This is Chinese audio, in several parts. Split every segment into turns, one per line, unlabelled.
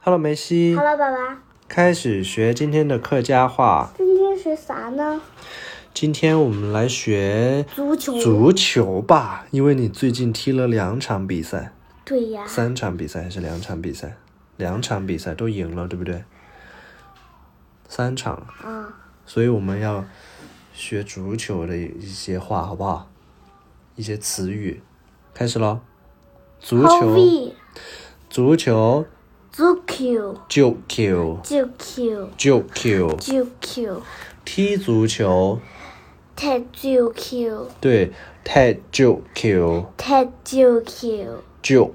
Hello，梅西，
Hello，爸爸，
开始学今天的客家话。
今天学啥呢？
今天我们来学
足球。
足球吧，因为你最近踢了两场比赛，
对呀，
三场比赛还是两场比赛？两场比赛都赢了，对不对？三场了，
啊，
所以我们要学足球的一些话，好不好？一些词语，开始喽。足
后
球，
卫，
足球，
足球，
九球，
足球，
九球，
足球，
踢足球，
踢足球，
对，太九球，
踢足球，
九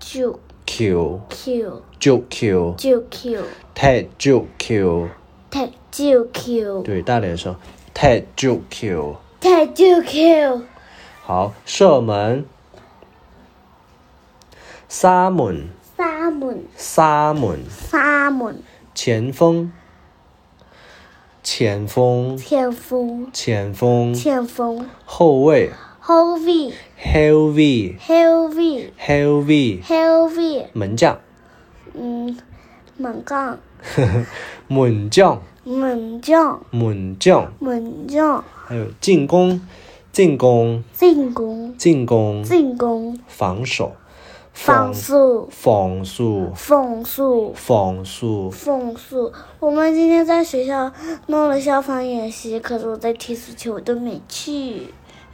足
球，
球，
九球，
足球，
太九球，
踢足球，
对，大点声，太九球。
踢足球，
好，射门，沙门，
三门，
沙门，
三门，
前锋，前锋，
前锋，
前锋，
前锋，
后卫
后卫，
后卫，
后卫，
后卫，
后卫，
门将，
嗯，门将，
门将，
门将，
门将，
门将。
还有进攻，进攻，
进攻，
进攻，
进攻，
防守，
放速，
防守，
放速，
防守，
放速。我们今天在学校弄了消防演习，可是我在踢足球，我都没去。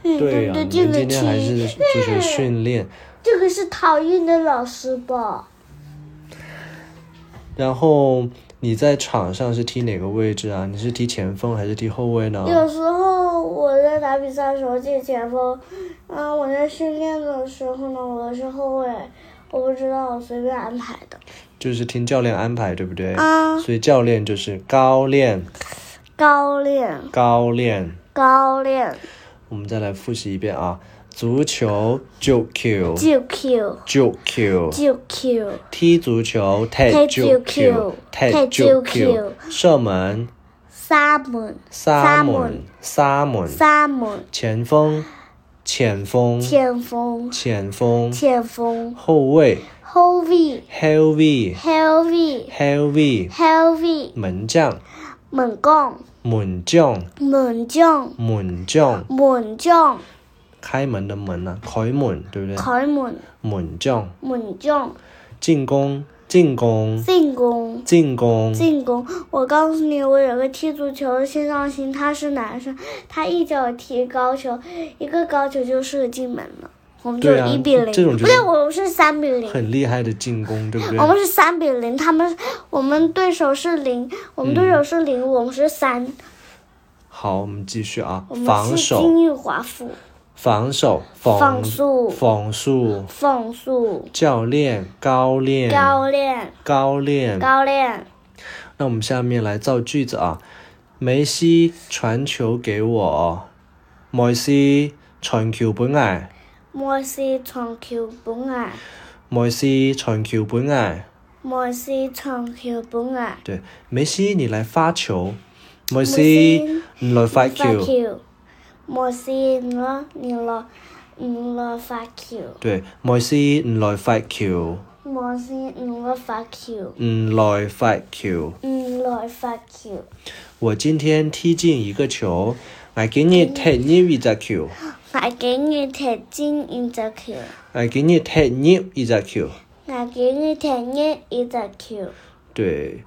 嗯，
对呀、
对
你
这
们
个
今天还是
题，
就是训练。
这个是讨厌的老师吧？
然后你在场上是踢哪个位置啊？你是踢前锋还是踢后卫呢？
有时候我在打比赛的时候进前锋，嗯，我在训练的时候呢，我是后卫，我不知道，我随便安排的。
就是听教练安排，对不对？
啊，
所以教练就是高练，
高练，
高练。
高练，
我们再来复习一遍啊！足球九球，
就 Q，
九球。
就 Q。
踢足球，踢
踢
足
足
球
球，
踢足
踢足
球
球。
射门，
沙门，
沙
沙
门
门，
沙门。
沙门，
前锋，前锋，
前锋，
前锋。
前锋，
后卫
后卫，
后卫
后卫，
后卫
后卫，
门将，
门将，
门将，
门将，
门将。
门将，
开门的门呢、开门，对不对？
开门，
门将，
门将，
进攻，进攻，
进攻。
进攻，
进攻！我告诉你，我有个踢足球的新上星，他是男生，他一脚踢高球，一个高球就射进门了，我们就
对啊
一比零、
这种就
不对，我们是三比零。
很厉害的进攻，对不对
我？们哦是三比零，他们我们对手是零，我们对手是零、
嗯
我们是三，
好，我们继续啊
我，们
防
是
守，
金玉华府，
防守，防
放速
防术，
放速，
教练，高练，
高练，
高练。
高练，
那我们下面来造句子啊，梅西传球给我，梅西传球本来，
莫西长球不矮，
梅西传球本来。
莫西长球不矮，
对，梅西你来发球，梅
西
西你来发
发
球，
球，莫西呢你了你了发球，
对，梅西你来发球，
莫西你了发球，
你来发球。
你了发球，
我今天踢进一个球，我给你踢入一只球，
我给你踢进一只球。
我给你踢入一只球。
我给你听见一只球，
对，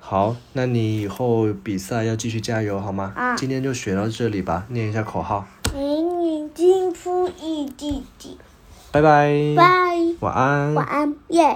好，那你以后比赛要继续加油好吗？
啊
今天就学到这里吧，念一下口号，
明年金铺一弟弟，
拜拜，
拜，
晚安，
晚安，耶。